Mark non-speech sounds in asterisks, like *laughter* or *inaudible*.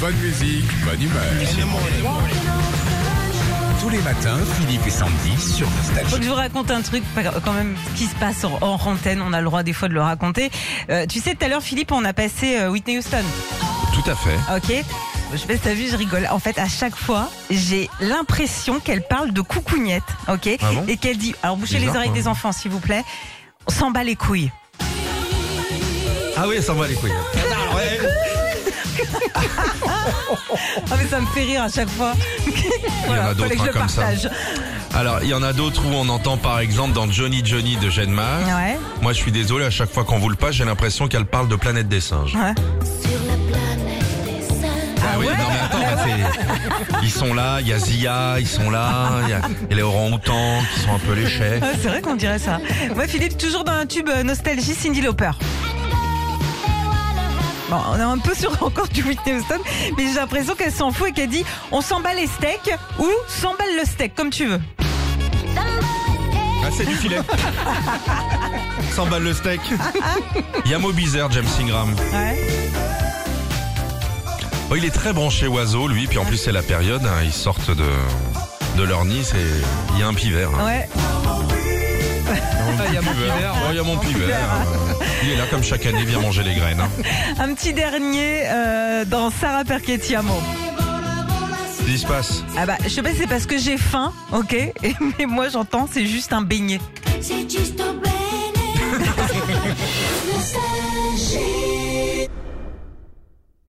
Bonne musique, bonne humeur. Tous les matins, Philippe et Sandy sur Faut que Nostalgie. je vous raconte un truc, pas- quand même, ce qui se passe en hors antenne, on a le droit des fois de le raconter. Euh, tu sais, tout à l'heure, Philippe, on a passé euh, Whitney Houston, Ah, Tout à fait. ok Je sais pas si t'as vu, je rigole. En fait, à chaque fois, j'ai l'impression qu'elle parle de coucougnette, ok Ah bon Et qu'elle dit, alors bouchez Bizarre, les oreilles quoi. des enfants, s'il vous plaît, on s'en bat les couilles. Ah oui, ça va les couilles. Ah, ouais. Ah, mais ça me fait rire à chaque fois. *laughs* en a voilà, d'autres, fallait que hein, je le comme ça. partage. Alors, il y en a d'autres où on entend par exemple dans Johnny Johnny de Genmar. Ouais. Moi, je suis désolé, à chaque fois qu'on vous le passe, j'ai l'impression qu'elle parle de Planète des Singes. Ouais. Sur la planète des singes. Ah oui, non mais attends, bah, c'est- ils sont là, il y a Zia, ils sont là, il y a il y a les orang-outans qui sont un peu léchés. Ah, C'est vrai qu'on dirait ça. Moi, Philippe, toujours dans un tube euh, nostalgie Cindy Lauper. Bon, on est un peu sur encore du Whitney Houston, mais j'ai l'impression qu'elle s'en fout et qu'elle dit on s'emballe les steaks ou s'emballe le steak, comme tu veux. Ah, c'est du filet. 100 balles le steak. Il y a Mobizer, James Ingram. Ouais. Oh, il est très branché oiseau, lui, puis en plus, c'est la période, hein, ils sortent de, de leur nid, c'est, il y a un pivert. hein. Ouais. Il y a mon pivert. Oh, il y a mon pivert. Il est là comme chaque année, vient manger les graines. hein. Un petit dernier euh, dans Sarah Perchettiamo. Qu'est-ce qui se passe Ah bah, je sais pas si c'est parce que j'ai faim, ok *laughs* et- Mais moi, j'entends, c'est juste un beignet. C'est juste au bene. Nostalgie.